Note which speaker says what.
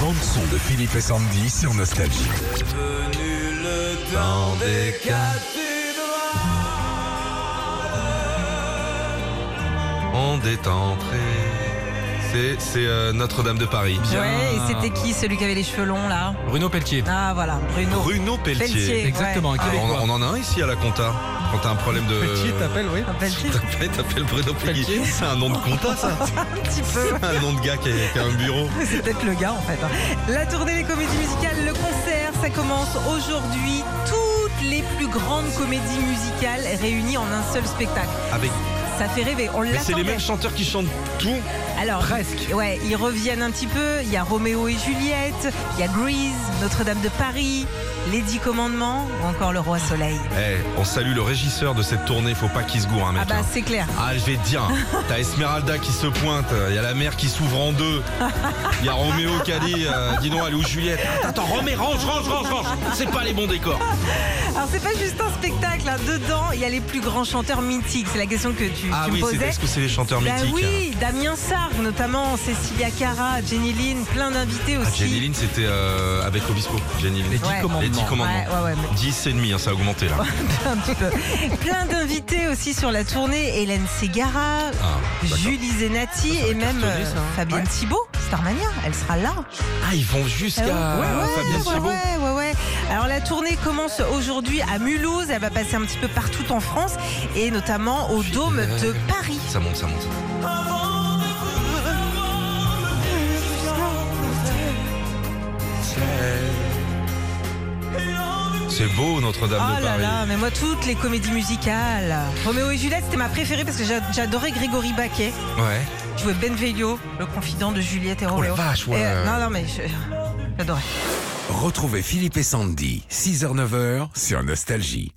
Speaker 1: bande son de Philippe et Sandy sur Nostalgie.
Speaker 2: Venu le temps des cathédrales. On détend. C'est c'est, euh, Notre-Dame de Paris.
Speaker 3: Ouais, et c'était qui celui qui avait les cheveux longs là
Speaker 4: Bruno Pelletier.
Speaker 3: Ah voilà, Bruno.
Speaker 2: Bruno Pelletier.
Speaker 3: Pelletier.
Speaker 4: Exactement, un
Speaker 2: Ah,
Speaker 4: Québécois.
Speaker 2: on, on en a un ici à la compta. Quand t'as un problème de.
Speaker 4: Pelletier t'appelle, oui.
Speaker 3: Un Pelletier,
Speaker 2: T'appelles- T'appelles Bruno Pelletier. C'est un nom de compta, ça.
Speaker 3: un petit peu.
Speaker 2: C'est un nom de gars qui a, qui a un bureau.
Speaker 3: C'est peut-être le gars en fait. hein. La tournée des comédies musicales, le concert, ça commence aujourd'hui. Toutes les plus grandes comédies musicales réunies en un seul spectacle.
Speaker 2: Avec.
Speaker 3: Ça fait rêver, on
Speaker 2: Mais c'est les
Speaker 3: l'attendait.
Speaker 2: mêmes chanteurs qui chantent tout.
Speaker 3: Alors,
Speaker 4: Presque.
Speaker 3: ouais, ils reviennent un petit peu. Il y a Roméo et Juliette, il y a Grease, Notre-Dame de Paris, Les Dix Commandements ou encore Le Roi Soleil.
Speaker 2: Eh, on salue le régisseur de cette tournée. Faut pas qu'il se gourre, un mec.
Speaker 3: Ah bah
Speaker 2: hein.
Speaker 3: c'est clair.
Speaker 2: Ah, je vais te dire, t'as Esmeralda qui se pointe, il y a la mer qui s'ouvre en deux, il y a Roméo qui a dit, euh, dis donc, elle est où Juliette Attends, attends, Roméo, range, range, range, range C'est pas les bons décors
Speaker 3: Alors c'est pas juste un spectacle, hein. dedans il y a les plus grands chanteurs mythiques. C'est la question que tu,
Speaker 2: Ah
Speaker 3: tu
Speaker 2: oui,
Speaker 3: me
Speaker 2: c'est,
Speaker 3: posais.
Speaker 2: est-ce que c'est les chanteurs
Speaker 3: Bah
Speaker 2: mythiques hein.
Speaker 3: oui, Damien Sargue notamment, Cécilia Cara, Jenny Lynn, plein d'invités
Speaker 2: Ah, Jenny
Speaker 3: aussi.
Speaker 2: Lynn, c'était euh, avec Obispo, Jenny Lynn.
Speaker 4: Les dix
Speaker 3: Ouais.
Speaker 4: commandements.
Speaker 2: Les dix commandements.
Speaker 3: Ouais, ouais, ouais, mais
Speaker 2: 10 et demi, hein, ça a augmenté là.
Speaker 3: un petit peu. plein d'invités aussi sur la tournée, Hélène Segara,
Speaker 2: Ah, d'accord.
Speaker 3: Julie Zenati et même
Speaker 4: cartonner,
Speaker 3: euh,
Speaker 4: ça, hein.
Speaker 3: Fabienne Thibault, Starmania, elle sera là.
Speaker 2: Ah, ils vont jusqu'à
Speaker 3: Ah ouais, ouais,
Speaker 2: Fabienne
Speaker 3: ouais,
Speaker 2: Thibault.
Speaker 3: ouais, ouais, ouais. Alors la tournée commence aujourd'hui à Mulhouse, elle va passer un petit peu partout en France et notamment au Dôme de Paris.
Speaker 2: Ça monte, ça monte. C'est beau Notre-Dame
Speaker 3: Oh
Speaker 2: de
Speaker 3: là
Speaker 2: Paris.
Speaker 3: là, mais moi toutes les comédies musicales. Roméo et Juliette, c'était ma préférée parce que j'a- j'adorais Grégory Baquet.
Speaker 2: Ouais.
Speaker 3: Je jouais Benveglio, le confident de Juliette et
Speaker 2: Oh la
Speaker 3: Roméo.
Speaker 2: vache,
Speaker 3: Et,
Speaker 2: ouais.
Speaker 3: euh, non, non, mais je- j'adorais.
Speaker 1: Retrouvez Philippe et Sandy, 6h-9h sur Nostalgie.